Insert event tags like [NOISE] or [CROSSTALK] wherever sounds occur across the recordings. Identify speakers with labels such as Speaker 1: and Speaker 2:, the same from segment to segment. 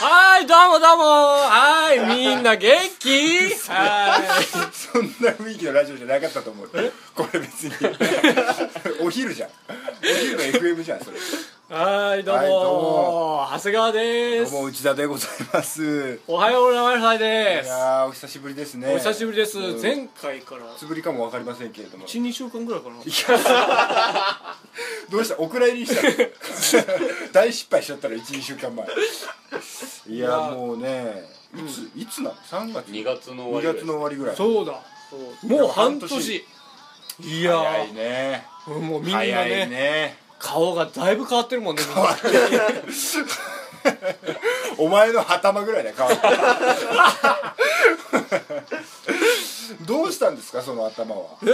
Speaker 1: はい、どうもどうもはい、みんな元気は
Speaker 2: そんな雰囲気のラジオじゃなかったと思うこれ別に [LAUGHS] お昼じゃんお昼の FM じゃんそれ
Speaker 1: い、はい、どうも,、
Speaker 2: はいどう
Speaker 1: 長谷川で
Speaker 2: どうも
Speaker 1: す
Speaker 2: 内田でございます
Speaker 1: おはようございますで
Speaker 2: い
Speaker 1: す
Speaker 2: やーお久しぶりですね
Speaker 1: お久しぶりです、
Speaker 2: うんい
Speaker 1: 前回から
Speaker 2: つぶりかもわかりませんけれども
Speaker 1: 12週間ぐらいかな
Speaker 2: どうしたお蔵入りしたの
Speaker 1: [LAUGHS]
Speaker 2: 大失敗しちゃったら12週間前いやーもうねいつ、いつなの3月
Speaker 3: 2月の終わ
Speaker 2: 2月
Speaker 3: りぐらい
Speaker 2: の終わりぐらい
Speaker 1: そうだもう半年いや
Speaker 2: 早いね
Speaker 1: ーもうみんなね
Speaker 2: 早いね
Speaker 1: 顔がだいぶ変わってるもんねみんな
Speaker 2: お前の頭ぐらいだよ顔どうしたんですかその頭は
Speaker 1: え
Speaker 2: い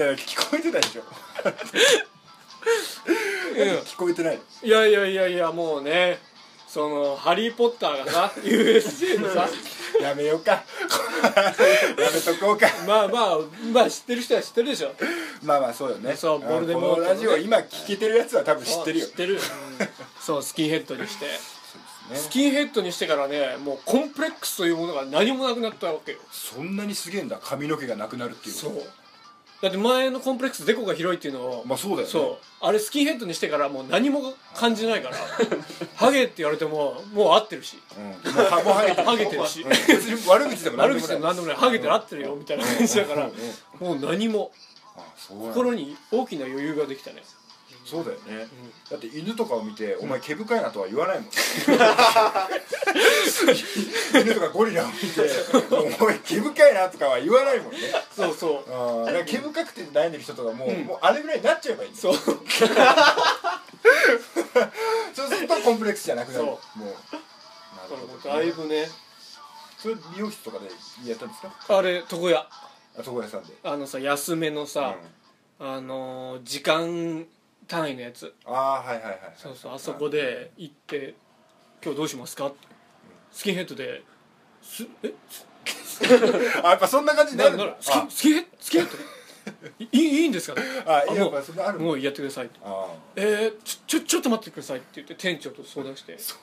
Speaker 2: や聞こえてないでしょ聞こえてない
Speaker 1: いやいやいやいやもうねその「ハリー・ポッター」がさ [LAUGHS] USJ のさ
Speaker 2: やめようかやめとこうか
Speaker 1: まあまあまあ知ってる人は知ってるでしょ
Speaker 2: まあまあそうよね
Speaker 1: そうボルデモート
Speaker 2: このラジオ今聞けてるやつは多分知ってるよ
Speaker 1: 知ってる、うんそうスキンヘッドにして
Speaker 2: ね
Speaker 1: スキンヘッドにしてからねもうコンプレックスというものが何もなくなったわけよ
Speaker 2: そんなにすげえんだ髪の毛がなくなるっていう
Speaker 1: そうだって前のコンプレックスデコが広いっていうのを、
Speaker 2: まあそうだよね
Speaker 1: そうあれスキンヘッドにしてからもう何も感じないからハゲって言われてももう合ってるし
Speaker 2: うん、もう歯もハゲてる
Speaker 1: ハゲてるし
Speaker 2: うん別に悪口でも
Speaker 1: 悪
Speaker 2: で
Speaker 1: 口でも
Speaker 2: な
Speaker 1: 何
Speaker 2: い
Speaker 1: でもないハゲて合ってるよみたいな感じだから
Speaker 2: うんうん
Speaker 1: もう何も
Speaker 2: あそうなんだ
Speaker 1: 心に大きな余裕ができたね
Speaker 2: そうだよね、だって犬とかを見て「お前毛深いな」とは言わない
Speaker 1: [LAUGHS]
Speaker 2: もん犬とかゴリラを見て「お前毛深いな」とかは言わないもんね
Speaker 1: そうそう
Speaker 2: あーだから毛深くて悩んでる人とかも,、もうあれぐらいになっちゃえばいいんだよ
Speaker 1: そう
Speaker 2: そうするとコンプレックスじゃなくなるも
Speaker 1: そう
Speaker 2: なる
Speaker 1: だからも
Speaker 2: ほ
Speaker 1: う
Speaker 2: ど
Speaker 1: だいぶね
Speaker 2: それ美容室とかでやったんですか
Speaker 1: あれ床屋
Speaker 2: あ床屋さんで、
Speaker 1: あのさ安めの
Speaker 2: うん、
Speaker 1: さ
Speaker 2: あ、
Speaker 1: あのー時間単位のやつ
Speaker 2: あーはいはいはいはい
Speaker 1: そうそうあそこで行って「今日どうしますか?」スキンヘッドで「すえ
Speaker 2: あやっぱそんな感じにな
Speaker 1: な
Speaker 2: る
Speaker 1: なる
Speaker 2: の
Speaker 1: スキンスキンヘッドスキンヘッドい [LAUGHS] いいいんですか?」
Speaker 2: ああ
Speaker 1: あ
Speaker 2: や
Speaker 1: も
Speaker 2: っぱそんなあ
Speaker 1: う
Speaker 2: る
Speaker 1: も
Speaker 2: の
Speaker 1: うやってくださいって」
Speaker 2: あ
Speaker 1: えー、ちょちょちょっと待ってください」って言って店長と相談して
Speaker 2: ーそ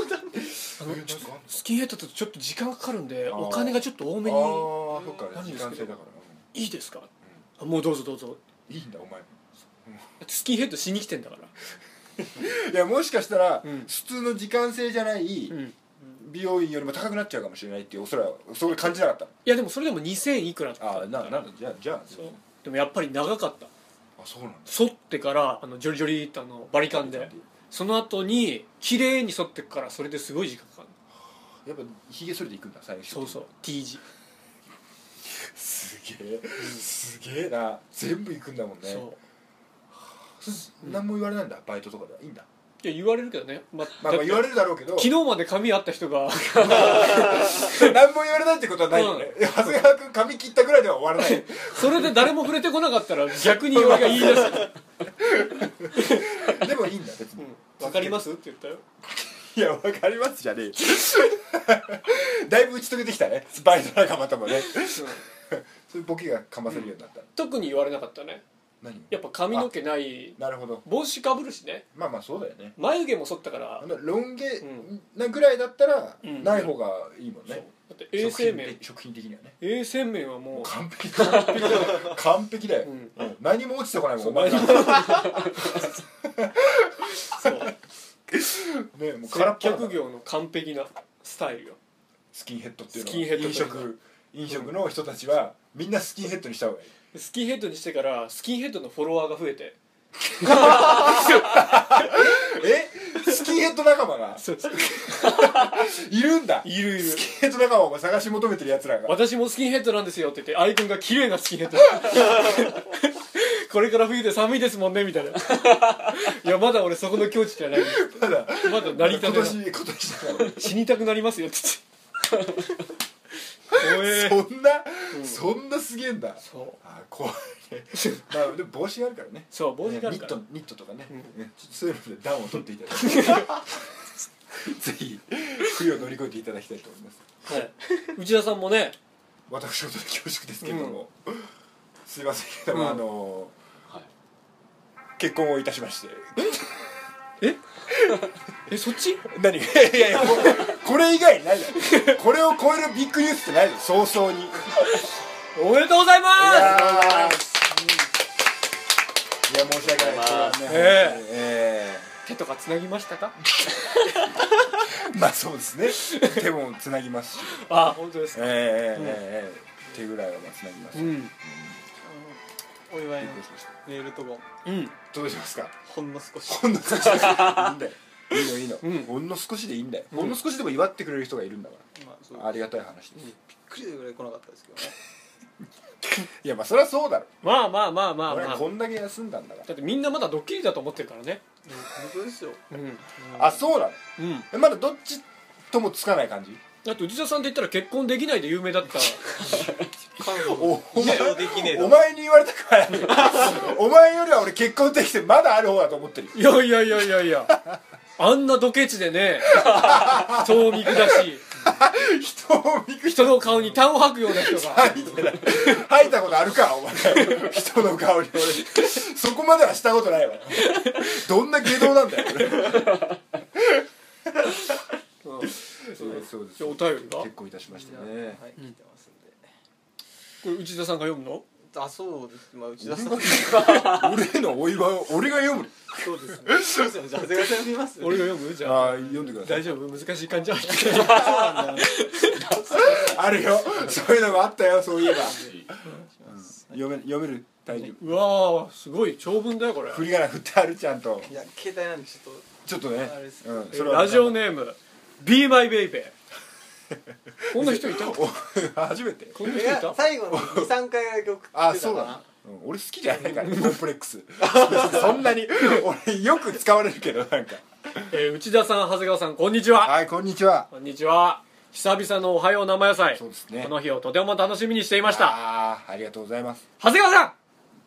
Speaker 2: ういうなんかあんの
Speaker 1: スキンヘッドだとちょっと時間がかかるんで
Speaker 2: ー
Speaker 1: お金がちょっと多めに
Speaker 2: あーそっか
Speaker 1: なん
Speaker 2: 時
Speaker 1: です
Speaker 2: 間
Speaker 1: けど
Speaker 2: 制だから
Speaker 1: いいですか、あもうどうぞどうぞ
Speaker 2: うんいいんだお前も
Speaker 1: だってスキンヘッドしに来てんだから
Speaker 2: いやもしかしたら、
Speaker 1: うん
Speaker 2: 普通の時間制じゃない、
Speaker 1: うん
Speaker 2: 美容院よりも高くなっちゃうかもしれないっていう恐れはそれ感じなかった
Speaker 1: いやでもそれでも2000いくらだった
Speaker 2: ああななんだじゃあじゃあ
Speaker 1: そうでもやっぱり長かった
Speaker 2: あそうなんだ
Speaker 1: 剃ってからあのジョリジョリってあのバリカンでその後に綺麗に剃ってくからそれですごい時間かかる
Speaker 2: やっぱひげ剃りでいくんだ最初
Speaker 1: そうそう T 字、
Speaker 2: すげえすげえな全部いくんだもんね
Speaker 1: そう
Speaker 2: 何も言われないんだバイトとかではいいんだ
Speaker 1: いや言われるけどね、ま
Speaker 2: まあまあ言われるだろうけど
Speaker 1: 昨日まで髪あった人が [LAUGHS]
Speaker 2: 何も言わ [LAUGHS] れないってことはないよねいや長谷川君髪切ったぐらいでは終わらない
Speaker 1: [LAUGHS] それで誰も触れてこなかったら逆に俺が言い [LAUGHS] 出す
Speaker 2: でもいいんだ別に、
Speaker 1: わかりますって言ったよ
Speaker 2: いやわかりますじゃねえよ [LAUGHS] だいぶ打ち解けてきたねバイト仲間ともねそういうボケがかませるようになった、
Speaker 1: 特に言われなかったね
Speaker 2: 何
Speaker 1: やっぱ髪の毛ない
Speaker 2: なるほど
Speaker 1: 帽子かぶるしね
Speaker 2: まあまあそうだよね
Speaker 1: 眉毛も剃ったから
Speaker 2: あのロン毛
Speaker 1: ん
Speaker 2: なぐらいだったら、
Speaker 1: うん
Speaker 2: ない方がいいもん
Speaker 1: そう
Speaker 2: ね、
Speaker 1: だって衛生面
Speaker 2: 食品的にはね
Speaker 1: 衛生面はもう
Speaker 2: 完璧完璧だよ完璧だよ、
Speaker 1: うん
Speaker 2: うん何も落ちてこないもん
Speaker 1: そ
Speaker 2: お
Speaker 1: う
Speaker 2: 前らね
Speaker 1: そう
Speaker 2: もう
Speaker 1: 接
Speaker 2: 空っぽだから
Speaker 1: 客業の完璧なスタイルよ
Speaker 2: スキンヘッドっていうのは
Speaker 1: スキンヘッド
Speaker 2: 飲食飲食の人たちはみんなスキンヘッドにした方がいい
Speaker 1: スキンヘッドにしてからスキンヘッドのフォロワーが増えて
Speaker 2: えスキンヘッド仲間が
Speaker 1: そうそう
Speaker 2: いるんだ
Speaker 1: いるいる
Speaker 2: スキンヘッド仲間を探し求めてるやつらが
Speaker 1: 私もスキンヘッドなんですよって言ってアイコンが綺麗なスキンヘッド [LAUGHS] これから冬で寒いですもんねみたいないやまだ俺そこの境地じゃないんです
Speaker 2: まだ
Speaker 1: まだ成り
Speaker 2: 今
Speaker 1: 立てな
Speaker 2: 年今年だから
Speaker 1: 死にたくなりますよって言って怖え
Speaker 2: そんな、そんなすげえんだ
Speaker 1: そう
Speaker 2: あ怖いね [LAUGHS] まあでも帽子があるからね
Speaker 1: そう帽子があるから
Speaker 2: ねニットニットとかね、
Speaker 1: うん
Speaker 2: うんちょっとそういうので暖を取っていただ
Speaker 1: [LAUGHS]
Speaker 2: いてぜひ冬を乗り越えていただきたいと思います
Speaker 1: はい内田さんもね
Speaker 2: 私事で恐縮ですけれども、すいませんけども、
Speaker 1: うん
Speaker 2: あの
Speaker 3: はい
Speaker 2: 結婚をいたしまして
Speaker 1: ええそっち
Speaker 2: 何 [LAUGHS] がいやいやこれこれ以外ないだろこれを超えるビッグニュースってないだろ早々にい
Speaker 1: おめでとうございます
Speaker 2: や
Speaker 1: ええ
Speaker 2: 申し訳ないこれはね本当にえ
Speaker 1: 手とかつなぎましたか
Speaker 2: えまあそうですね手もつなぎますし
Speaker 1: あ本当ですか
Speaker 2: ええええええ手ぐらいはまあつなぎます
Speaker 1: う
Speaker 2: びっく
Speaker 1: んお祝いの
Speaker 2: りしました
Speaker 1: メールとかうん
Speaker 2: どうしますか
Speaker 1: ほんの少し
Speaker 2: ほんの少しでいいんだよいいのいいの、
Speaker 1: うん
Speaker 2: ほんの少しでいいんだよ、
Speaker 1: ん
Speaker 2: ほんの少しでも祝ってくれる人がいるんだか
Speaker 1: まあそう
Speaker 2: らありがたい話です、
Speaker 1: びっくりするぐらい来なかったですけどね
Speaker 2: [LAUGHS] いやまあそりゃそうだろ、
Speaker 1: まあまあまあまあ
Speaker 2: 俺
Speaker 1: ま
Speaker 2: は
Speaker 1: あ
Speaker 2: こんだけ休んだんだから、
Speaker 1: だってみんなまだドッキリだと思ってるからね
Speaker 3: 本当ですよ
Speaker 1: うん
Speaker 2: あそうなの
Speaker 1: うん
Speaker 2: えまだどっちともつかない感じ
Speaker 1: だって内田さんって言ったら結婚できないで有名だった
Speaker 3: 韓
Speaker 2: お
Speaker 3: 国
Speaker 2: お前
Speaker 3: 一生できねえ
Speaker 2: お
Speaker 3: だ
Speaker 2: 前に言われたから
Speaker 1: [LAUGHS]
Speaker 2: お前よりは俺結婚できてまだある方だと思ってるよ
Speaker 1: [LAUGHS] いやいやいやいやいやあんなドケチで [LAUGHS] ね人を見下し
Speaker 2: 人を見く
Speaker 1: 人の顔に痰を吐くような人 [LAUGHS] が
Speaker 2: 吐いてない吐いたことあるかお前人の顔に俺そこまではしたことないわどんな下道なんだよ俺
Speaker 1: うん
Speaker 2: そうですそうで
Speaker 1: じゃあお便りが
Speaker 2: 結婚いたしました
Speaker 3: ね
Speaker 2: ね
Speaker 3: はい来てますんで
Speaker 1: これ内田さんが読むの
Speaker 3: あそうですまあ内田さん
Speaker 2: 俺のお祝いを俺が読む
Speaker 3: そうですねそうですねじゃあ長谷川さん見ます
Speaker 1: 俺が読むじゃあ
Speaker 2: ああ読んでください
Speaker 1: 大丈夫難しい感じは
Speaker 2: あるよそういうのがあったよそういえば、読め読める大丈夫
Speaker 1: うわーすごい長文だよこれ
Speaker 2: 振り仮名振ってあるちゃんと
Speaker 3: いや携帯なんでちょっと
Speaker 2: ちょっとね
Speaker 3: あれです
Speaker 2: うん
Speaker 1: えーラジオ
Speaker 2: ね
Speaker 1: ネーム Be My [LAUGHS] Baby こんな人いたこ
Speaker 2: [LAUGHS] 初めて
Speaker 1: んな人
Speaker 3: い
Speaker 1: い
Speaker 3: や
Speaker 1: た
Speaker 3: 最後の23回だけ送ってたかな
Speaker 2: あそうだな、うん、俺好きじゃな
Speaker 1: [LAUGHS]
Speaker 2: いからコンプレックス [LAUGHS] そんなに俺よく使われるけどなんか
Speaker 1: えー内田さん長谷川さんこんにちは
Speaker 2: はいこんにちは
Speaker 1: こんにちは久々のおはよう生野菜
Speaker 2: そうですね
Speaker 1: この日をとても楽しみにしていました
Speaker 2: ああありがとうございます
Speaker 1: 長谷川さん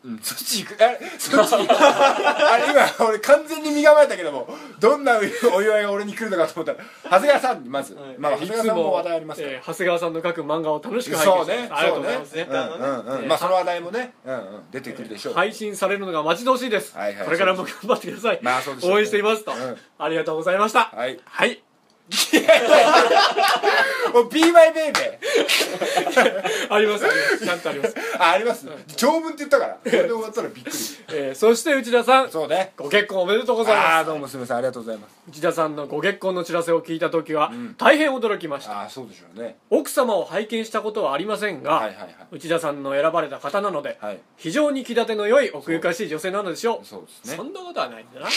Speaker 2: うんそっち行くあれそっち行くあれ今俺完全に身構えたけどもどんなお祝いが俺に来るのかと思ったら長谷川さんにまず、
Speaker 3: はい
Speaker 2: まあ長
Speaker 1: い
Speaker 2: 谷
Speaker 1: つ
Speaker 2: 川さんも話題ありますから、
Speaker 1: えー長谷川さんの書く漫画を楽しく拝
Speaker 2: そ
Speaker 1: 見し
Speaker 2: う
Speaker 1: てい
Speaker 2: ね
Speaker 1: ますありがとうございます、
Speaker 3: すね
Speaker 2: うんうんうん
Speaker 1: えー
Speaker 2: まあその話題もね、うんうん、出てくるでしょう、
Speaker 1: 配信されるのが待ち遠しいです、
Speaker 2: はいはい
Speaker 1: これからも頑張ってください、
Speaker 2: まあそうでしょうね
Speaker 1: 応援していますと、
Speaker 2: うん
Speaker 1: ありがとうございました
Speaker 2: はい
Speaker 1: はい
Speaker 2: お Be my baby
Speaker 1: ありますありますちゃんとあります、
Speaker 2: ああります、長文って言ったからこれで終わったらびっくり
Speaker 1: えーそして内田さん
Speaker 2: そうね
Speaker 1: ご結婚おめでとうござい
Speaker 2: あ
Speaker 1: ま
Speaker 2: あー
Speaker 1: す
Speaker 2: どうもすみませんありがとうございます
Speaker 1: 内田さんのご結婚の知らせを聞いた時は、大変驚きました
Speaker 2: ああそうでしょうね
Speaker 1: 奥様を拝見したことはありませんが、
Speaker 2: はいはいはい
Speaker 1: 内田さんの選ばれた方なので、
Speaker 2: はい
Speaker 1: 非常に気立ての良い奥ゆかしい女性なのでしょう
Speaker 2: そうです
Speaker 1: そ
Speaker 2: ね
Speaker 1: んなことはないんだな、
Speaker 3: ない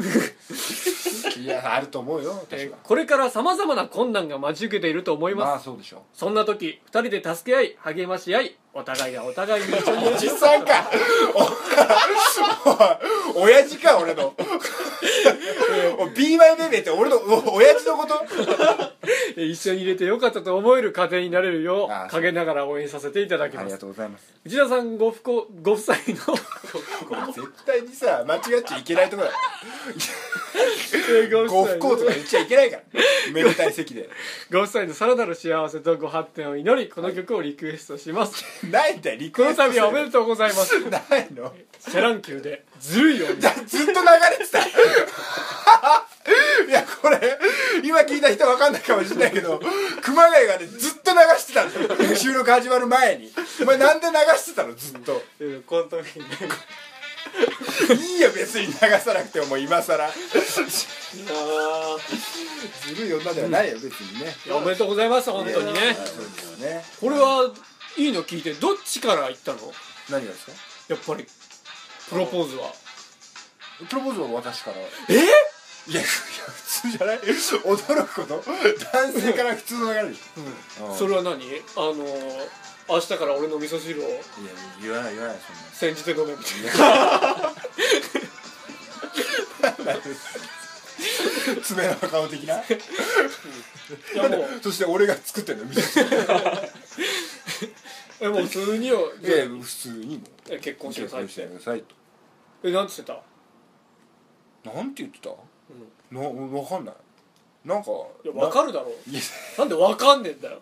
Speaker 3: ですね
Speaker 2: いやあると思うよ私
Speaker 1: え
Speaker 2: は
Speaker 1: ーこれからさまざまな困難が待ち受けていると思います、
Speaker 2: まあそうでしょ
Speaker 1: そんな時2人で助け合い励まし合いお互いがお互いに一緒に
Speaker 2: [LAUGHS] うおじさんかお [LAUGHS] おい親父か俺のお Be my baby って俺のお親父のこと
Speaker 1: [LAUGHS] えー一緒に入れてよかったと思える家庭になれるよ
Speaker 2: あー
Speaker 1: う陰ながら応援させていただきます
Speaker 2: とうございます
Speaker 1: 内田さんご不幸ご夫妻の
Speaker 2: これ絶対にさ間違っちゃいけないとこだよ
Speaker 1: [LAUGHS] えーご
Speaker 2: ご
Speaker 1: 夫
Speaker 2: 不
Speaker 1: 妻の
Speaker 2: 幸とか言っちゃいけない [LAUGHS] からめでたい席で
Speaker 1: ご夫妻のさらなる幸せとご発展を祈りこの曲をリクエストし
Speaker 2: [LAUGHS]
Speaker 1: ます、
Speaker 2: ないんだよリ
Speaker 1: こ
Speaker 2: クエ
Speaker 1: の
Speaker 2: スト
Speaker 1: 度はおめでとうございます [LAUGHS]
Speaker 2: と [LAUGHS] ないの
Speaker 1: シャラン級でずるいよ
Speaker 2: だずっと流れてた [LAUGHS] いやこれ今聞いた人分かんないかもしれないけど熊谷がねずっと流してたんですよ収録始まる前にお前なんで流してたのずっと
Speaker 3: でもこの時に
Speaker 2: いいよ別に流さなくてももう今更
Speaker 3: あ
Speaker 2: ずるい女ではないよ別にね
Speaker 1: おめでとうございます本当にね
Speaker 2: そうですよね
Speaker 1: これはいいの聞いてどっちから言ったの
Speaker 2: 何がですか
Speaker 1: やっぱりプロポーズは
Speaker 2: プロポーズは私から
Speaker 1: えー
Speaker 2: いやいや普通じゃない驚くこと男性から普通の流れでしょ、
Speaker 1: それは何あのー明日から俺の味噌汁を
Speaker 2: いや言わない言わないそんな
Speaker 1: 煎じて飲めみたい
Speaker 2: 爪の顔的な
Speaker 1: ないやもう
Speaker 2: そして俺が作ってんのみたいな
Speaker 1: えもう普通によ
Speaker 2: いや普通にも
Speaker 1: え結婚してくださいっ
Speaker 2: して
Speaker 1: て
Speaker 2: くださいと
Speaker 1: えなんつってた
Speaker 2: なんて言ってた、な分かんないなんか
Speaker 1: いや分かるだろ
Speaker 2: いや
Speaker 1: なんで分かんねえんだよ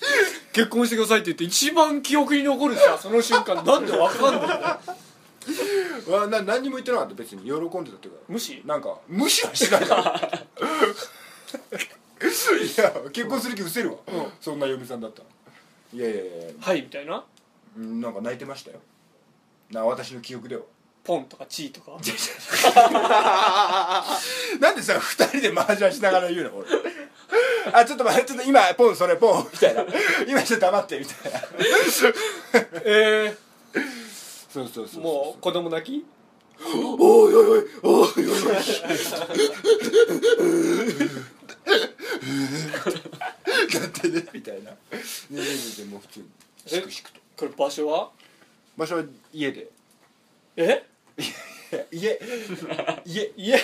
Speaker 1: [LAUGHS] 結婚してくださいって言って一番記憶に残るじゃんその瞬間なんで分かんねえんだよ
Speaker 2: わな何にも言ってなかった別に喜んでたっていうか
Speaker 1: 無視
Speaker 2: なんか無視はしないからいや結婚する気うせるわ、そんな嫁さんだったらいやいやいやいや
Speaker 1: はいみたいな
Speaker 2: うんなんか泣いてましたよな私の記憶では
Speaker 1: ポンとかチーとか
Speaker 2: なんでさ二人で麻雀しながら言うの俺あちょっと待ってちょっと今ポンそれポンみたいな今ちょっと黙ってみたいな
Speaker 1: え
Speaker 2: そうそうそう
Speaker 1: ー、
Speaker 2: そう
Speaker 1: もう子供泣き
Speaker 2: おいおいおいおいおいだってねみたいなねえねえねえでもう普通に
Speaker 1: え
Speaker 2: しくしくと
Speaker 1: これ場所は
Speaker 2: 場所は家で
Speaker 1: え
Speaker 2: 家家
Speaker 1: いや
Speaker 2: 家家
Speaker 1: [LAUGHS]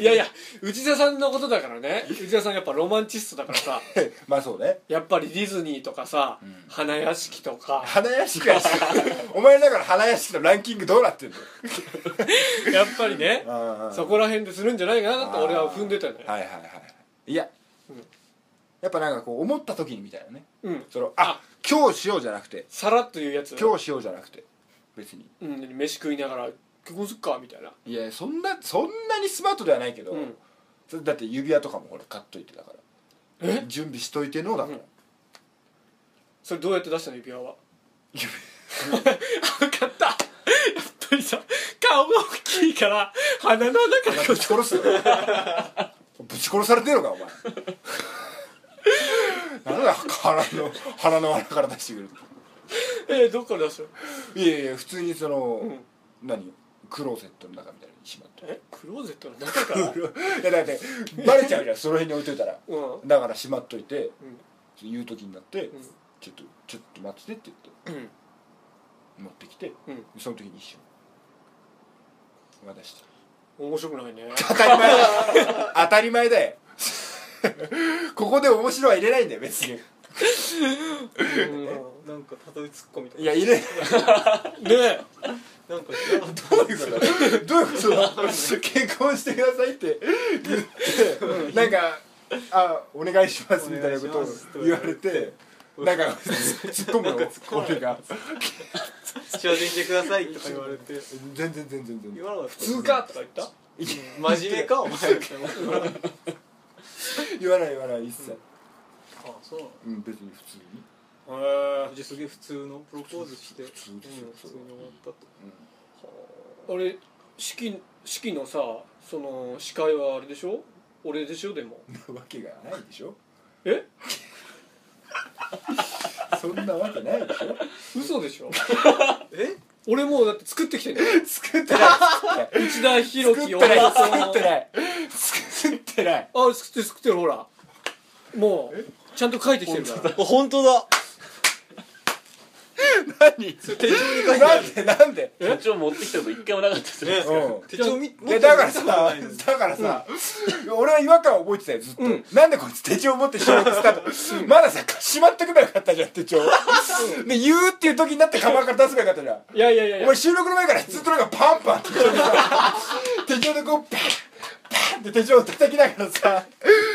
Speaker 1: いやいや内田さんのことだからね内田さんやっぱロマンチストだから [LAUGHS] さ
Speaker 2: まあそうね
Speaker 1: やっぱりディズニーとかさ、花屋敷とか
Speaker 2: 花屋敷やしお前だから花屋敷のランキングどうなってんの
Speaker 1: やっぱりね
Speaker 2: あ
Speaker 1: そこら辺でするんじゃないかなって
Speaker 2: あー
Speaker 1: 俺は踏んでたよね
Speaker 2: はいはいはいいややっぱなんかこう思った時にみたいなね
Speaker 1: うん
Speaker 2: そのあ今日しようじゃなくて
Speaker 1: さらっと言うやつ
Speaker 2: 今日しようじゃなくて別に
Speaker 1: うん、飯食いながら結婚すっかみたいない
Speaker 2: やそんなそんなにスマートではないけど、
Speaker 1: うん
Speaker 2: それだって指輪とかも俺買っといてだから準備しといてのだから、
Speaker 1: うんそれどうやって出したの指輪は
Speaker 2: 指
Speaker 1: 分かったやっぱりさ顔が大きいから鼻の穴から
Speaker 2: ぶち
Speaker 1: [LAUGHS]
Speaker 2: 殺すよぶち殺されてるのかお前なんだ腹の腹の穴から出してくる
Speaker 1: えー、どっから出したの
Speaker 2: いやいや普通にその、
Speaker 1: うん
Speaker 2: 何クローゼットの中みたいにしまって
Speaker 1: えクローゼットの中から
Speaker 2: いやだって [LAUGHS] バレちゃうじゃんその辺に置いといたら
Speaker 1: う
Speaker 2: だからしまっといて
Speaker 1: ん
Speaker 2: 言う時になって、
Speaker 1: ん
Speaker 2: ちょっとちょっと待っててって言っ
Speaker 1: う
Speaker 2: て
Speaker 1: ん
Speaker 2: 持ってきて、
Speaker 1: うん
Speaker 2: その時に一緒に渡した
Speaker 1: 面白くないね
Speaker 2: 当たり前だ [LAUGHS] 当たり前だよ [LAUGHS] ここで面白は入れないんだよ別に
Speaker 1: うん
Speaker 3: なんかたどり着くこみたい
Speaker 2: いや入れ
Speaker 1: で
Speaker 3: ななんか
Speaker 2: どういうことどういうこと結婚してくださいって言ってなんか「あお願いします」みたいなことを言われてなんか突っ込むの俺が
Speaker 3: 精進してくださいとか言われて
Speaker 2: 全然全然全
Speaker 3: 言
Speaker 2: 然
Speaker 3: わなかった
Speaker 1: 「通過」とか言った
Speaker 3: 真面目かお前みたいな
Speaker 2: [LAUGHS] 言わない言わない一切、
Speaker 3: あそうなの
Speaker 2: うん、別に普通に
Speaker 1: へー
Speaker 3: じゃあすげえ普通のプロポーズして普
Speaker 2: 通ですよ
Speaker 3: 普通に終わったと
Speaker 1: 俺式式のさその司会はあれでしょ俺でしょでも
Speaker 2: わけがないでしょ
Speaker 1: え
Speaker 2: [LAUGHS] そんなわけないでし [LAUGHS] ょ
Speaker 1: 嘘でしょ
Speaker 3: え
Speaker 1: 俺もうだって作ってきてんだよ
Speaker 2: 作ってない
Speaker 1: 内田博
Speaker 2: 作
Speaker 1: 樹
Speaker 2: って
Speaker 1: を
Speaker 2: ない作ってない作ってない
Speaker 1: あ作ってる作ってるほらもうちゃんと書いてきてるから
Speaker 3: 本当だ
Speaker 2: なんでなんで
Speaker 4: 手帳持ってきたこと一回もなかったですね
Speaker 2: う
Speaker 3: 手帳見
Speaker 2: んいやだからさだからさ、俺は違和感を覚えてたよずっと、
Speaker 1: うん
Speaker 2: なんでこいつ手帳持ってしまってたの、まださしまってくればよかったじゃん手帳で言うっていう時になってカバンから出せばよかったじゃん
Speaker 1: いやいやいやい
Speaker 2: お
Speaker 1: や
Speaker 2: 前収録の前からずっとなんかパンパンって手帳
Speaker 1: [LAUGHS]
Speaker 2: でさ手帳でこうパンパンって手帳を叩きながらさ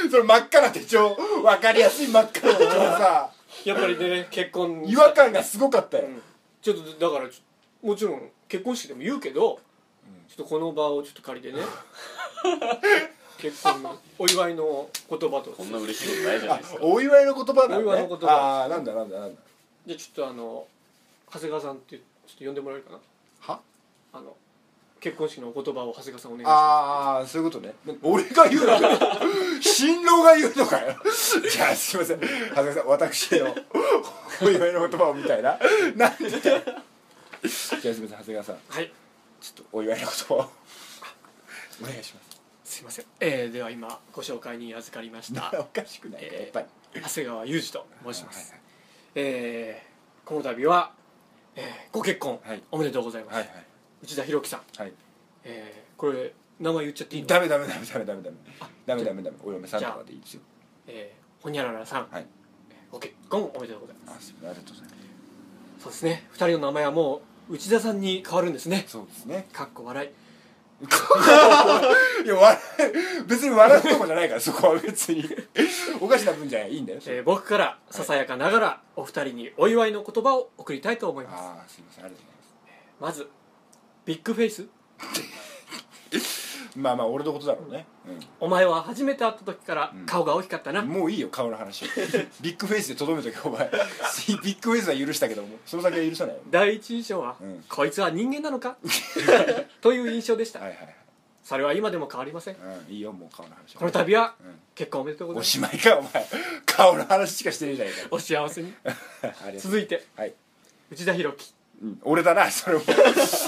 Speaker 2: その真っ赤な手帳分かりやすい真っ赤な手帳をさ
Speaker 1: やっぱりね結婚
Speaker 2: 違和感がすごかったよ、
Speaker 1: ちょっとだからちょもちろん結婚式でも言うけど、ちょっとこの場をちょっと借りて
Speaker 2: [LAUGHS]
Speaker 1: ね結婚のお祝いの言葉と
Speaker 4: こんな嬉しいことないじゃない
Speaker 2: あ
Speaker 4: ですか
Speaker 2: お祝いの言葉だね
Speaker 1: お祝いの言葉
Speaker 2: ああなんだなんだなんだ
Speaker 1: じゃあちょっとあの長谷川さんってちょっと呼んでもらえるかな
Speaker 2: は
Speaker 1: あの結婚式のお言葉を長谷川さんお願いしま
Speaker 2: ああそういうことね俺が言うのかよ新郎が言うのかよじゃあすいません長谷川さん私への [LAUGHS] お祝いの言葉をみたいななん
Speaker 1: [LAUGHS]
Speaker 2: でじゃあすいません長谷川さ
Speaker 1: す
Speaker 2: ん
Speaker 1: はい
Speaker 2: ちょっとお祝いの言葉を [LAUGHS] お願いします
Speaker 1: すいません、えー、では今ご紹介に預かりました
Speaker 2: おかしくないかやっぱり
Speaker 1: 長谷川裕二と申します、
Speaker 2: はい
Speaker 1: えー、この度は、えー、ご結婚、
Speaker 2: はい
Speaker 1: おめでとうございます、
Speaker 2: はい
Speaker 1: 内田博樹さん、
Speaker 2: はい
Speaker 1: えー、これ名前言っちゃっていいの
Speaker 2: ダメダメダメダメダメダメダメダメダメお嫁さんとかでいいですよ
Speaker 1: えー、ほにゃららさん、
Speaker 2: はい
Speaker 1: ご結婚おめでとうございま
Speaker 2: あすみませんありがとうございます
Speaker 1: そうですね二人の名前はもう内田さんに変わるんですね
Speaker 2: すそうですね
Speaker 1: かっこ笑い
Speaker 2: いや笑い別に笑うとこじゃないからそこは別 [LAUGHS] におかしな分じゃないいいんだよそれ
Speaker 1: えー僕からささやかながらお二人にお祝いの言葉を送りたいと思います、
Speaker 2: ああすみませんありがとうございます
Speaker 1: まずビッグフェイス
Speaker 2: まあまあ俺のことだろうね、
Speaker 1: お前は初めて会った時から
Speaker 2: ん
Speaker 1: 顔が大きかったな、
Speaker 2: うんもういいよ顔の [LAUGHS] 話ビッグフェイスでとどめとけお [LAUGHS] 前ビッグフェイスは許したけどもその先は許さないよ
Speaker 1: 第一印象は、
Speaker 2: うん
Speaker 1: こいつは人間なの
Speaker 2: [LAUGHS]
Speaker 1: かという印象でした、
Speaker 2: はいはい
Speaker 1: それは今でも変わりません
Speaker 2: はい、うん、いいよもう顔の話は
Speaker 1: この度は、
Speaker 2: ん
Speaker 1: 結婚おめでとうござい
Speaker 2: [LAUGHS] お
Speaker 1: ます
Speaker 2: しまいかお前顔の話しかしてねえじゃね
Speaker 1: お幸せに
Speaker 2: えかありがとう
Speaker 1: 続いて
Speaker 2: はい、
Speaker 1: 内田博樹
Speaker 2: うん俺だなそれも [LAUGHS]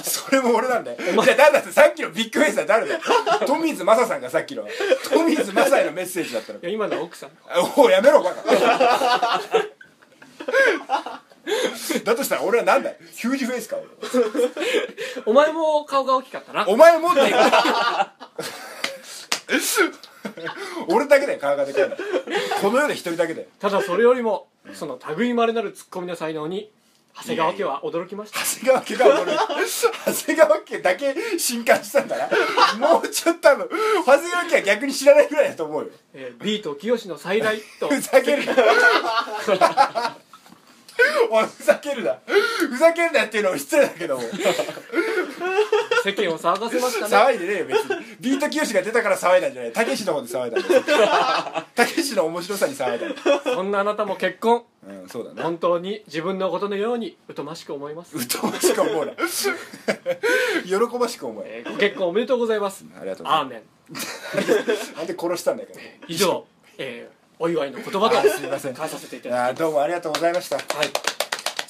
Speaker 2: それも俺なんだよじゃあ誰だってさっきのビッグフェイスは誰だよ富水正さんがさっきの富水正へのメッセージだったの
Speaker 1: いや今のは奥さん
Speaker 2: おおやめろバカ [LAUGHS] だとしたら俺はなんだよヒュージフェイスか俺
Speaker 1: お前も顔が大きかったな
Speaker 2: お前もって言う [LAUGHS] 俺だけだよ顔がでかいのこの世で一人だけだよ
Speaker 1: ただそれよりもその類まれなるツッコミの才能に長谷川家は驚きました
Speaker 2: 長谷川家が俺長谷川家だけ進化したんだなもうちょっと多分長谷川家は逆に知らないぐらいだと思うよ
Speaker 1: えービート清の再来と
Speaker 2: ふざけるなおいふざけるなふざけるなっていうのも失礼だけども
Speaker 1: 世間を騒がせましたね
Speaker 2: 騒いでねえよ別にビートきよしが出たから騒いだんじゃないたけしの方で騒いだんだよたけしの面白さに騒いだんだよ
Speaker 1: そんなあなたも結婚
Speaker 2: うんそうだね
Speaker 1: 本当に自分のことのように疎ましく思います、
Speaker 2: 疎ましく思うな [LAUGHS] 喜ばしく思え
Speaker 1: えーご結婚おめでとうございます
Speaker 2: ありがとうござ
Speaker 1: ア
Speaker 2: い
Speaker 1: ーメン
Speaker 2: ますなんで殺したんだよけ
Speaker 1: 以上、えーお祝いの言葉と
Speaker 2: すいません
Speaker 1: 返させていただきます
Speaker 2: あーどうもありがとうございましたい
Speaker 1: はい、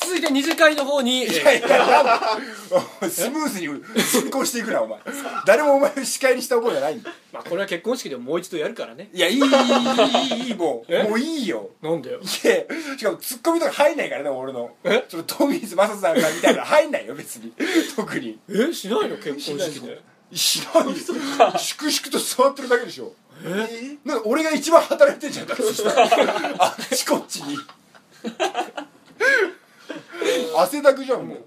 Speaker 1: 続いて二次会の方に、えー
Speaker 2: やいやなんだお前スムーズに進行していくなお前誰もお前を司会にした覚えがないんだ
Speaker 1: まあ、これは結婚式でももう一度やるからね
Speaker 2: いやいいいいいいいいもう
Speaker 1: え
Speaker 2: もういいよ
Speaker 1: なんだよ
Speaker 2: いやしかもツッコミとか入んないからね俺の
Speaker 1: え
Speaker 2: その富水正さんがみたいなの入んないよ別に
Speaker 1: [LAUGHS]
Speaker 2: 特に
Speaker 1: えしないの結婚式で
Speaker 2: しないよ粛々と座ってるだけでしょえなんか俺が一番働いてんじゃんだからそしたらあっちこっち
Speaker 1: [LAUGHS]
Speaker 2: に汗だくじゃんもう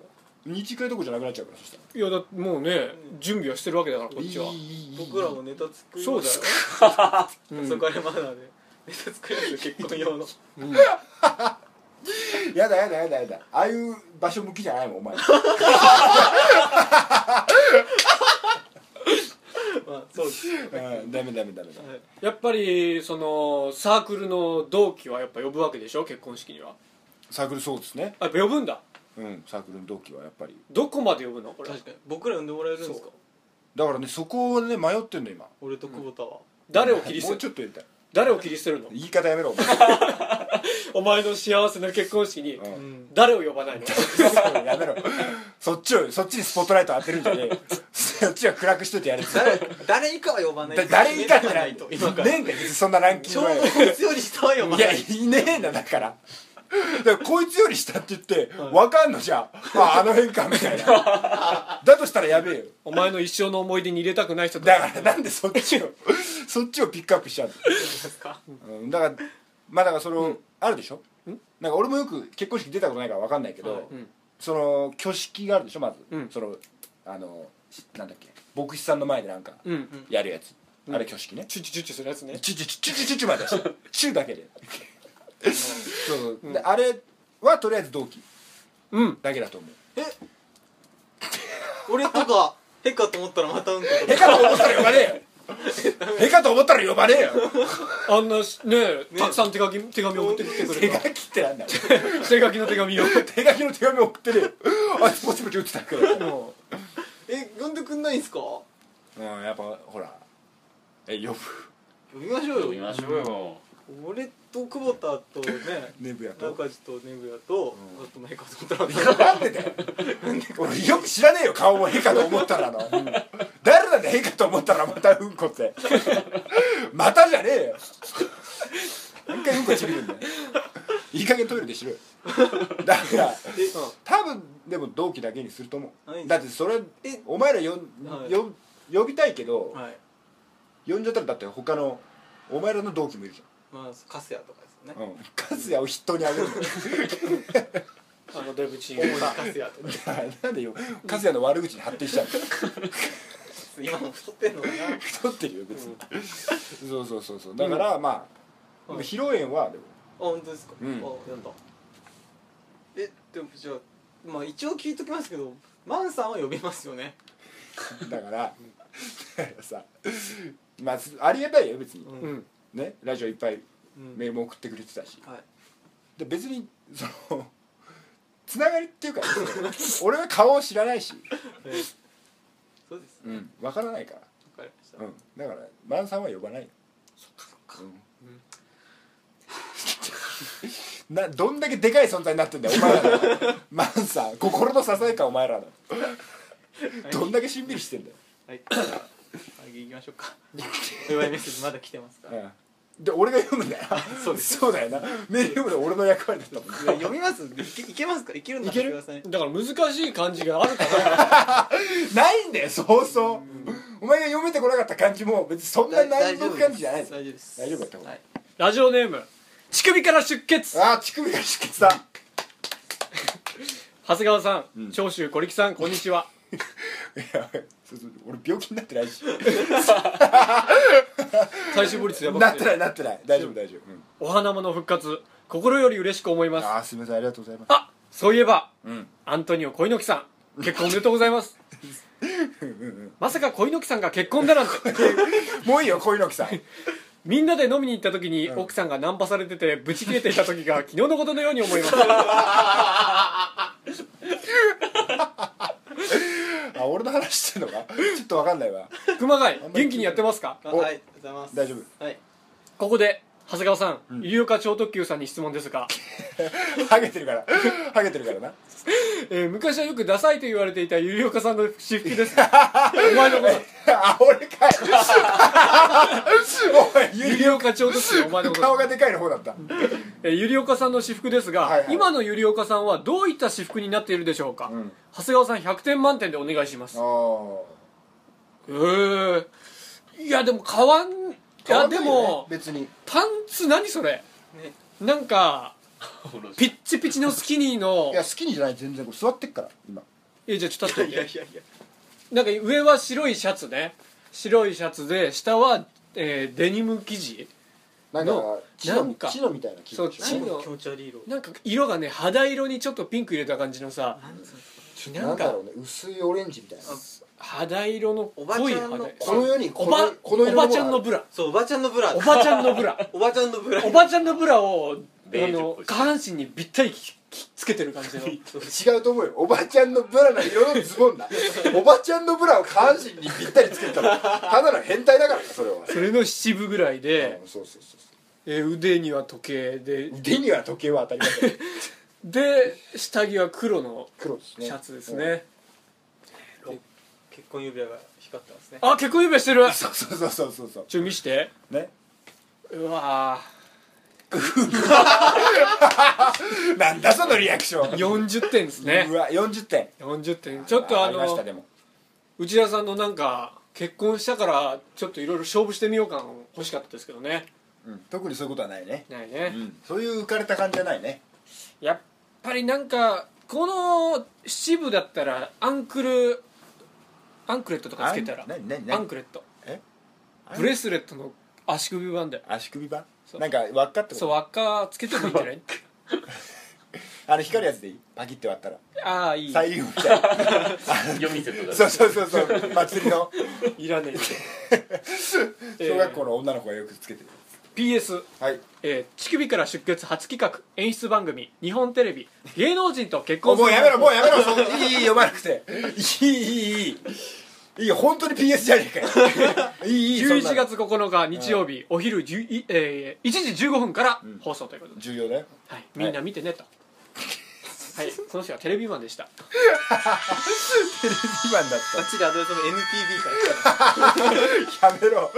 Speaker 2: 二次会どころじゃなくなっちゃうからそしたら
Speaker 1: いやだってもうね準備はしてるわけだからこっちはい
Speaker 2: いいいいい
Speaker 3: 僕らもネタ作り
Speaker 1: そうだよ、うん
Speaker 3: そこからマナーでネタ作りますよ結婚用の
Speaker 2: やだやだやだやだああいう場所向きじゃないもんお前
Speaker 3: まあそうです
Speaker 2: うんダメダメダメダメ
Speaker 3: はい
Speaker 1: やっぱりそのサークルの同期はやっぱ呼ぶわけでしょ結婚式には
Speaker 2: サークルそうですね
Speaker 1: あ呼ぶんだ
Speaker 2: うんサークルの同期はやっぱり
Speaker 1: どこまで呼ぶのこれ
Speaker 3: 確かに僕ら呼んでもらえるんですか
Speaker 1: そう
Speaker 2: だからねそこをね迷ってんの今
Speaker 3: 俺と久保田は
Speaker 1: 誰を切り捨
Speaker 2: もう
Speaker 1: て
Speaker 2: ちょっと入れたい
Speaker 1: 誰を切り捨てるの
Speaker 2: 言い方やめろお前
Speaker 1: お前の幸せな結婚式に
Speaker 2: うん
Speaker 3: うん
Speaker 1: 誰を呼ばないの [LAUGHS]
Speaker 2: [LAUGHS] やめろそっちをそっちにスポットライト当てるんじゃねえよ [LAUGHS] そっちは暗くしといてやれって
Speaker 3: 誰誰以下は呼ばない
Speaker 2: だ誰以下ってな
Speaker 3: ないい [LAUGHS]
Speaker 2: と
Speaker 3: と
Speaker 2: ね
Speaker 3: 今から
Speaker 2: えんだよ別にそんなランキン
Speaker 3: ちょ
Speaker 2: グ
Speaker 3: う
Speaker 2: は
Speaker 3: ど
Speaker 2: よ
Speaker 3: こいつより下は呼ば
Speaker 2: いや
Speaker 3: ない
Speaker 2: いねえんだだからだからこいつより下って言ってわかんのじゃんああの辺かみたいなだとしたらやべえよ
Speaker 1: お前の一生の思い出に入れたくない人と
Speaker 2: だからなんでそっちをそっちをピックアップしちゃうの、うん、だからまあだからその、あるでしょなんか俺もよく結婚式出たことないからわかんないけど、
Speaker 1: うん
Speaker 2: その挙式があるでしょまず、
Speaker 1: うん
Speaker 2: そのあのしなんだっけ牧師さんの前でなんか
Speaker 1: うんうん
Speaker 2: やるやつ、あれ挙式ね
Speaker 1: チュチュチュチュするやつね
Speaker 2: チュチュチュチュチュチュチュまでしチュだけでそうそう、であれはとりあえず同期
Speaker 1: うん
Speaker 2: だけだと思う
Speaker 3: え俺とかへかと思ったらまたうんこ
Speaker 2: へかと思ったら呼ばねえよへかと思ったら呼ばねえよ
Speaker 1: あんなしねえたくさん手書き手紙送ってきてくれ
Speaker 2: [LAUGHS] 手
Speaker 1: た
Speaker 2: 書きってなんだよ
Speaker 1: 手書きの手紙を
Speaker 2: 手書きの手紙送ってねえよ [LAUGHS] あいつポチポチ打ってたけど
Speaker 1: も
Speaker 3: とえ呼んでくんないんすか呼
Speaker 2: うんやっぱほらえ呼ぶ
Speaker 3: びましょ
Speaker 4: 呼
Speaker 3: う
Speaker 4: び
Speaker 3: よ
Speaker 4: ましょうよ
Speaker 3: 俺と久保田とね
Speaker 2: ねぶやと
Speaker 3: 中地とネブヤと、あとメカとトラブ
Speaker 2: なんでだよ俺よく知らねえよ顔もへかと思ったらの、誰なんだへかと思ったらまたうんこってまたじゃねえよ何回うんこちびるんだよいい加減トイレでしろよだから多分でも同期だけにすると思
Speaker 3: は
Speaker 2: う
Speaker 3: い
Speaker 2: だってそれ
Speaker 3: え
Speaker 2: お前らよん、
Speaker 3: はい
Speaker 2: よん呼びたいけど、
Speaker 3: はい
Speaker 2: 呼んじゃったらだって他のお前らの同期もいるじ
Speaker 3: まあカスヤとかですよ
Speaker 2: ゃん、
Speaker 3: ね
Speaker 2: うん、カズヤを筆頭にあげる [LAUGHS]
Speaker 1: うあのデブチ
Speaker 3: 主にカスヤとか
Speaker 2: なんでよカズヤの悪口に発展しちゃうの
Speaker 3: 今も太ってんのかな
Speaker 2: 太ってるよ別に、そうそうそうそうだから、まあ、
Speaker 3: はい
Speaker 2: 披露宴はでも
Speaker 3: あ本当ですか、
Speaker 2: うん
Speaker 3: あやったえでもじゃあまあ一応聞いときますけどマンさんは呼びますよね
Speaker 2: だからだからさまあすありがたいよ別に、
Speaker 3: うん
Speaker 1: うん
Speaker 2: ねラジオいっぱい
Speaker 3: うん
Speaker 2: メールも送ってくれてたし、
Speaker 3: はい
Speaker 2: で別にそのつながりっていうか [LAUGHS] 俺は顔を知らないし、
Speaker 3: そうです
Speaker 2: うん、分からないか
Speaker 3: わかりました、
Speaker 2: ら、うん、だからマンさんは呼ばないようん [LAUGHS] などんだけでかい存在になってんだよお前らだマンさん心の支えかお前らだどんだけしんびりしてんだよ
Speaker 3: はい次行きましょう
Speaker 2: [LAUGHS]
Speaker 3: かお祝いメッセージまだ来てますから、
Speaker 2: で俺が読むんだよ
Speaker 3: そうです
Speaker 2: そうだよなメール読むの俺の役割だったもん
Speaker 3: いや読みますいけいけますかいけるんだ
Speaker 2: いける
Speaker 3: ください
Speaker 1: だから難しい漢字があるから
Speaker 2: ないんだよそうそうお前が読めてこなかった感じも別にそんな難読感じじゃない
Speaker 3: 大丈夫です
Speaker 2: 大丈夫だった
Speaker 3: はい
Speaker 1: ラジオネーム乳首から出血
Speaker 2: ああ乳首が出血だ
Speaker 1: 長谷川さん、
Speaker 2: うん
Speaker 1: 長州小力さんこんにちはい
Speaker 2: やそうそう俺病気になってないし
Speaker 1: 体脂肪率やば
Speaker 2: なっ
Speaker 1: く
Speaker 2: て
Speaker 1: て
Speaker 2: ないなってない大丈夫大丈夫、うん
Speaker 1: お花もの復活心より嬉しく思います
Speaker 2: ああすみませんありがとうございます
Speaker 1: あそういえば
Speaker 2: うん
Speaker 1: アントニオ小猪木さん結婚おめでとうございますまさか小猪木さんが結婚
Speaker 2: [LAUGHS]
Speaker 1: だなんて
Speaker 2: もういいよ小猪木さん
Speaker 1: みんなで飲みに行った時に奥さんがナンパされててブチ切れていた時が昨日のことのように思います
Speaker 2: あ俺の話してんのかちょっとわかんないわ
Speaker 1: 熊谷元気にやってますか
Speaker 3: あ
Speaker 2: お
Speaker 3: はいありがとうございます
Speaker 2: 大丈夫
Speaker 3: はい
Speaker 1: ここで長谷川さん、入岡超特急さんに質問ですが、
Speaker 2: ハゲてるからハゲてるからな
Speaker 1: えー昔はよくダサいと言われていた入岡さんの私服
Speaker 2: [LAUGHS]
Speaker 1: ですお前のこと
Speaker 2: あ俺かいおいゆ
Speaker 1: ゆ
Speaker 2: り
Speaker 1: りおかちょうどすよお前のこと
Speaker 2: 顔がでかいの方だった
Speaker 1: えーゆりおかさんの私服ですが、
Speaker 2: はいはい
Speaker 1: 今のゆりおかさんはどういった私服になっているでしょうか、
Speaker 2: ん
Speaker 1: 長谷川さん100点満点でお願いします
Speaker 2: ああ
Speaker 1: えー、いやでも変わんいやでも
Speaker 2: 別に
Speaker 1: パンツ何それ
Speaker 3: ね
Speaker 1: なんかピッチピチのスキニーの
Speaker 2: いや好きにじゃない全然これ座ってっから今
Speaker 1: えじゃあちょっと立っ
Speaker 3: い
Speaker 1: て
Speaker 3: や
Speaker 1: み
Speaker 3: い
Speaker 1: て
Speaker 3: やいや
Speaker 1: なんか上は白いシャツね白いシャツで下は、えーデニム生地
Speaker 2: なん
Speaker 1: の
Speaker 2: かチノ
Speaker 1: なんか
Speaker 2: チノみたいな気
Speaker 1: そう
Speaker 2: しょ
Speaker 1: チノ
Speaker 3: 気持ち悪い色
Speaker 1: なんか色がね肌色にちょっとピンク入れた感じのさな
Speaker 2: なんんだ
Speaker 1: か
Speaker 2: ろうね薄いオレンジみたいな
Speaker 1: 肌色の
Speaker 3: おばちゃん
Speaker 1: 濃い
Speaker 3: の
Speaker 1: 肌色
Speaker 2: この世にこ
Speaker 1: おば
Speaker 2: のこの
Speaker 1: お
Speaker 2: 色
Speaker 1: ばちゃんの
Speaker 2: ブ
Speaker 1: ブラ
Speaker 3: そうおばちゃんのブラ
Speaker 1: おばちゃんのブラ
Speaker 3: おばちゃんのブ
Speaker 1: [LAUGHS]
Speaker 3: ラ
Speaker 1: おばちゃんのブラをあ
Speaker 4: ベージュっ
Speaker 1: の
Speaker 4: ぽい
Speaker 1: 下半身にぴったりききつけてる感じの
Speaker 2: 違うと思うよおばちゃんのブラの色のズボンだおばちゃんのブラを下半身にぴったりつけたらただの変態だからそれは
Speaker 1: それの七分ぐらい [LAUGHS] で、
Speaker 2: うんそうそうそう
Speaker 1: えー腕には時計で
Speaker 2: 腕には時計は当たり前だよ
Speaker 1: で下着は黒の
Speaker 2: 黒ですね
Speaker 1: シャツですね
Speaker 3: 結婚指輪が光ってますね
Speaker 1: あ結婚指輪してる
Speaker 2: うんそうそうそうそうそうそう
Speaker 1: ちょ見して
Speaker 2: ね
Speaker 1: うわ
Speaker 2: なんだそのリアクショ
Speaker 1: ー
Speaker 2: ン
Speaker 1: 40点ですね
Speaker 2: うわ40点
Speaker 1: 40点ちょっとあ
Speaker 2: りましたで
Speaker 1: の
Speaker 2: も
Speaker 1: 内田さんのなんか結婚したからちょっといろいろ勝負してみよう感欲しかったですけどね
Speaker 2: うん特にそういうことはないね
Speaker 1: ないね、
Speaker 2: うんそういう浮かれた感じじゃないね
Speaker 1: やっぱりなんかこの七部だったらアンクルアンクレットとかつけたら
Speaker 2: あん何何
Speaker 1: アン
Speaker 2: 何
Speaker 1: クレット
Speaker 2: え
Speaker 1: ブレスレットの足首版で
Speaker 2: 足首版
Speaker 1: そう
Speaker 2: なんか輪っかってこと
Speaker 1: そう輪っかつけてもいいんじゃない
Speaker 2: あれ光るやつでいいパキって割ったら
Speaker 1: ああいい
Speaker 2: 再利用みた
Speaker 1: [LAUGHS]
Speaker 2: いな
Speaker 4: 読みセットだ
Speaker 2: そうそうそうそう祭りの
Speaker 1: いらねえ
Speaker 2: 小学校の女の子がよくつけてる
Speaker 1: PS
Speaker 2: はい
Speaker 1: えー乳首から出血初企画演出番組日本テレビ芸能人と結
Speaker 2: も
Speaker 1: 婚
Speaker 2: うやめろもう
Speaker 1: や
Speaker 2: やめろそのいいいい読まなくていいいいいいいい本当に PS じゃねえか
Speaker 1: [LAUGHS]
Speaker 2: よいいいいそんな
Speaker 1: 11月9日日曜日お昼10いえー1時15分から放送ということで、
Speaker 2: 重要だよ
Speaker 1: はい、みんな見てねとはいその人はテレビマンでした
Speaker 2: 今になっ
Speaker 3: バッチリアドレスも NTV から来てます
Speaker 2: たやめろ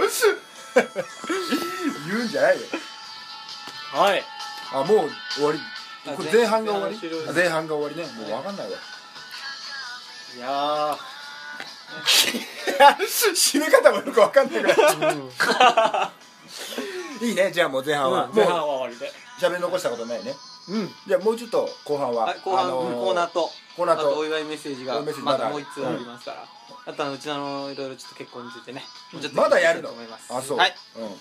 Speaker 2: 言うんじゃないよ
Speaker 1: はい
Speaker 2: あもう終わり
Speaker 3: あ
Speaker 2: これ前半が終わ
Speaker 3: 前半終了で
Speaker 2: り
Speaker 3: す
Speaker 2: あ前半が終わりねもう分かんないわ
Speaker 1: いやー
Speaker 2: 締め方もよく分かんないぐらいいいねじゃあもう前半は、
Speaker 1: 前半
Speaker 2: も
Speaker 1: は終わりで
Speaker 2: うしゃべり残したことないね
Speaker 1: うん
Speaker 2: じゃあもうちょっと後半は、
Speaker 3: はい後半
Speaker 2: あの
Speaker 3: のコーナーと
Speaker 2: コーナー
Speaker 3: あとお
Speaker 2: と
Speaker 3: 祝いメッセージ
Speaker 2: お
Speaker 3: が
Speaker 2: 祝いメッセージ
Speaker 3: ま
Speaker 2: まだ
Speaker 3: だもう一通ありますからあとはうちのいろいろちょっと結婚についてねちょっと
Speaker 2: まだやる
Speaker 3: 聞いてみたい
Speaker 2: の
Speaker 3: と思います
Speaker 2: あそう、
Speaker 3: はい
Speaker 2: うん